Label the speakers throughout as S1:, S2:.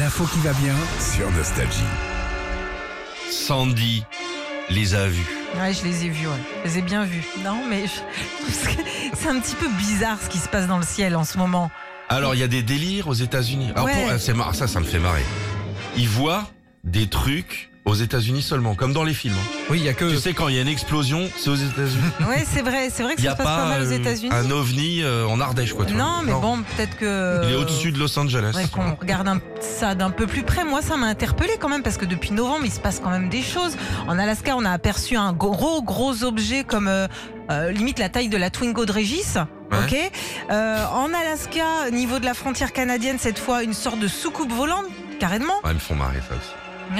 S1: L'info qui va bien.
S2: sur Nostalgie.
S3: Sandy les a vus.
S4: Ouais, je les ai vus, ouais. je les ai bien vus. Non, mais je- je trouve que c'est un petit peu bizarre ce qui se passe dans le ciel en ce moment.
S3: Alors, il y a des délires aux États-Unis. Alors,
S4: Ouais.
S3: pour- ah, c'est mar- ça, ça me fait marrer. Ils voient des trucs aux États-Unis seulement, comme dans les films. hein.
S1: Oui, il y a que.
S3: Tu sais, quand il y a une explosion, c'est aux États-Unis.
S4: Ouais, c'est vrai, c'est vrai que
S3: Il n'y
S4: ça
S3: a
S4: se passe pas,
S3: pas
S4: mal aux
S3: euh,
S4: États-Unis.
S3: un ovni euh, en Ardèche, quoi. tu vois.
S4: Non, mais bon, euh, peut-être que.
S3: Il est au-dessus de Los Angeles.
S4: Faudrait qu'on regarde un- ça d'un peu plus près. Moi, ça m'a interpellé quand même parce que depuis novembre, il se passe quand même des choses. En Alaska, on a aperçu un gros, gros objet comme euh, euh, limite la taille de la Twingo de Régis.
S3: Ouais.
S4: Ok. Euh, en Alaska, niveau de la frontière canadienne, cette fois, une sorte de soucoupe volante, carrément.
S3: Ah, ils me font marrer, ça aussi.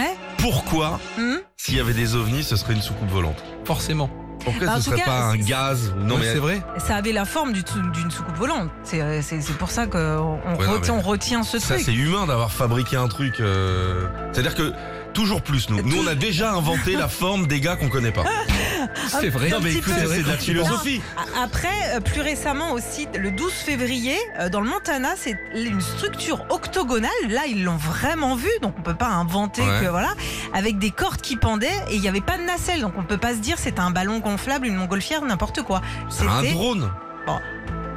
S4: Ouais.
S3: Pourquoi,
S4: Mhm.
S3: s'il y avait des ovnis, ce serait une soucoupe volante
S1: Forcément.
S3: Pourquoi
S4: Bah, en
S3: ce
S4: tout
S3: serait
S4: cas,
S3: pas un
S4: c'est-
S3: gaz ou-
S1: Non,
S3: Non, mais
S1: c'est vrai.
S4: Ça avait la forme du- d'une soucoupe volante. C'est euh, c'est- c'est pour ça qu'on on
S3: Ouais, non,
S4: retient,
S3: mais-
S4: on retient ce
S3: Ça,
S4: truc.
S3: c'est humain d'avoir fabriqué un truc. euh, C'est-à-dire que toujours plus, nous. Nous, on a déjà inventé la forme des gars qu'on connaît pas.
S4: Ah,
S1: C'est vrai.
S4: Non, mais écoute,
S1: C'est vrai
S3: c'est de la
S1: quand tu penses.
S3: philosophie.
S4: A- Après, euh, plus récemment aussi, le 12 février, euh, dans le Montana, c'est une structure octogonale. Là, ils l'ont vraiment vu, donc on peut pas inventer
S3: Ouais.
S4: que voilà, avec des cordes qui pendaient et il n'y avait pas de nacelle, donc on peut pas se dire c'est un ballon gonflable, une montgolfière, n'importe quoi.
S3: C'est un
S4: C'était-
S3: drone.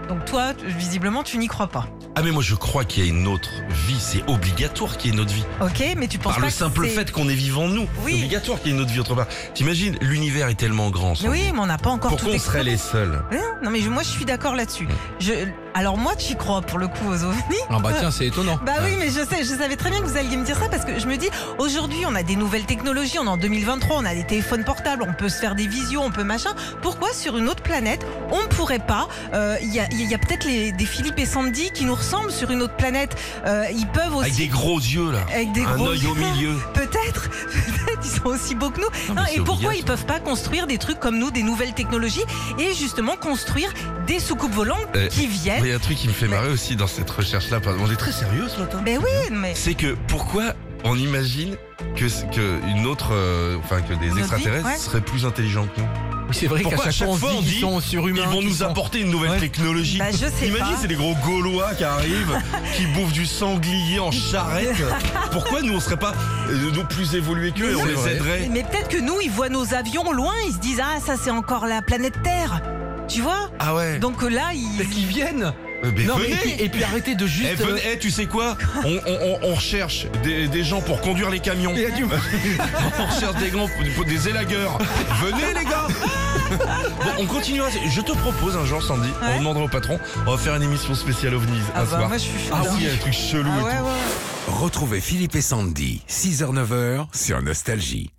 S4: Donc toi, tu- visiblement, tu n'y crois pas.
S3: Ah, mais moi, je crois qu'il y a une autre vie. C'est obligatoire qu'il y ait une autre vie.
S4: Ok, mais tu penses
S3: Par
S4: pas
S3: le
S4: que
S3: simple
S4: c'est-
S3: fait qu'on est vivant, nous.
S4: Oui.
S3: C'est obligatoire qu'il y ait une autre vie autre part. T'imagines, l'univers est tellement grand. Sandy.
S4: Oui, mais on n'a pas encore
S3: Pourquoi
S4: tout
S3: on serait les seuls
S4: exploré. Hein Non, mais je- moi, je suis d'accord là-dessus. Je- Alors moi, tu y crois pour le coup aux ovnis.
S1: Ah bah tiens, c'est étonnant.
S4: Bah oui, mais je sais, je savais très bien que vous alliez me dire ça parce que je me dis, aujourd'hui, on a des nouvelles technologies, on est en 2023, on a des téléphones portables, on peut se faire des visions, on peut machin. Pourquoi sur une autre planète, on ne pourrait pas euh, Il y a, il y a peut-être les- des Philippe et Sandy qui nous ressemblent sur une autre planète. Euh, ils peuvent aussi.
S3: Avec des gros yeux, là.
S4: avec des
S3: un
S4: gros
S3: œil au milieu.
S4: Peut-être, peut-être, ils sont aussi beaux que nous.
S3: Non,
S4: Non,
S3: mais
S4: Ah, et
S3: c'est
S4: pourquoi
S3: obligatoire.
S4: ils peuvent pas construire des trucs comme nous, des nouvelles technologies, et justement construire des soucoupes volantes
S3: Euh,
S4: qui viennent
S3: Mais il y a un truc qui me fait marrer aussi dans cette recherche-là. parce- On est très sérieux ce matin.
S4: Ben oui, mais.
S3: c'est que pourquoi on imagine que, que une autre, euh, enfin que des
S4: Une autre
S3: extraterrestres
S4: vie, ouais.
S3: seraient plus intelligents que nous.
S1: Oui, C'est vrai qu'à
S3: Pourquoi à
S1: chaque,
S3: chaque fois,
S1: fois
S3: on
S1: on se dit
S3: dit,
S1: qu'ils sont surhumains.
S3: Ils vont
S1: qu'ils
S3: nous
S1: sont-
S3: apporter une nouvelle
S1: Ouais.
S3: technologie.
S4: Bah, je sais
S3: Imagine,
S4: pas.
S3: c'est des gros Gaulois qui arrivent, qui bouffent du sanglier en charrette. Pourquoi nous on serait pas euh, nous plus évolués qu'eux et on
S1: C'est
S3: les
S1: vrai.
S3: aiderait
S4: Mais peut-être que nous, ils voient nos avions au loin, ils se disent Ah, ça c'est encore la planète Terre. Tu vois
S3: Ah ouais.
S4: Donc euh, là,
S1: Mais
S4: ils.
S1: Qu'ils viennent.
S3: Euh, mais
S1: Non, mais et
S3: venez.
S1: puis, et puis arrêtez de
S3: Eh,
S1: juste.
S3: venez, eh, tu sais quoi on, on- on- on recherche des, des gens pour conduire les camions.
S1: Il y a du-
S3: On recherche des grands, des élagueurs. Venez les gars Bon, on continue. à- Je te propose un jour, Sandy,
S4: Ouais.
S3: on demandera au patron, on va faire une émission spéciale ovnis
S4: Ah
S3: un
S4: bah,
S3: soir.
S4: moi je suis chaude,
S3: ah
S4: hein.
S3: oui, il y a un truc chelou
S4: Ah
S3: et tout.
S1: euh,
S4: ouais, ouais.
S2: Retrouvez Philippe et Sandy, 6h-9h sur Nostalgie.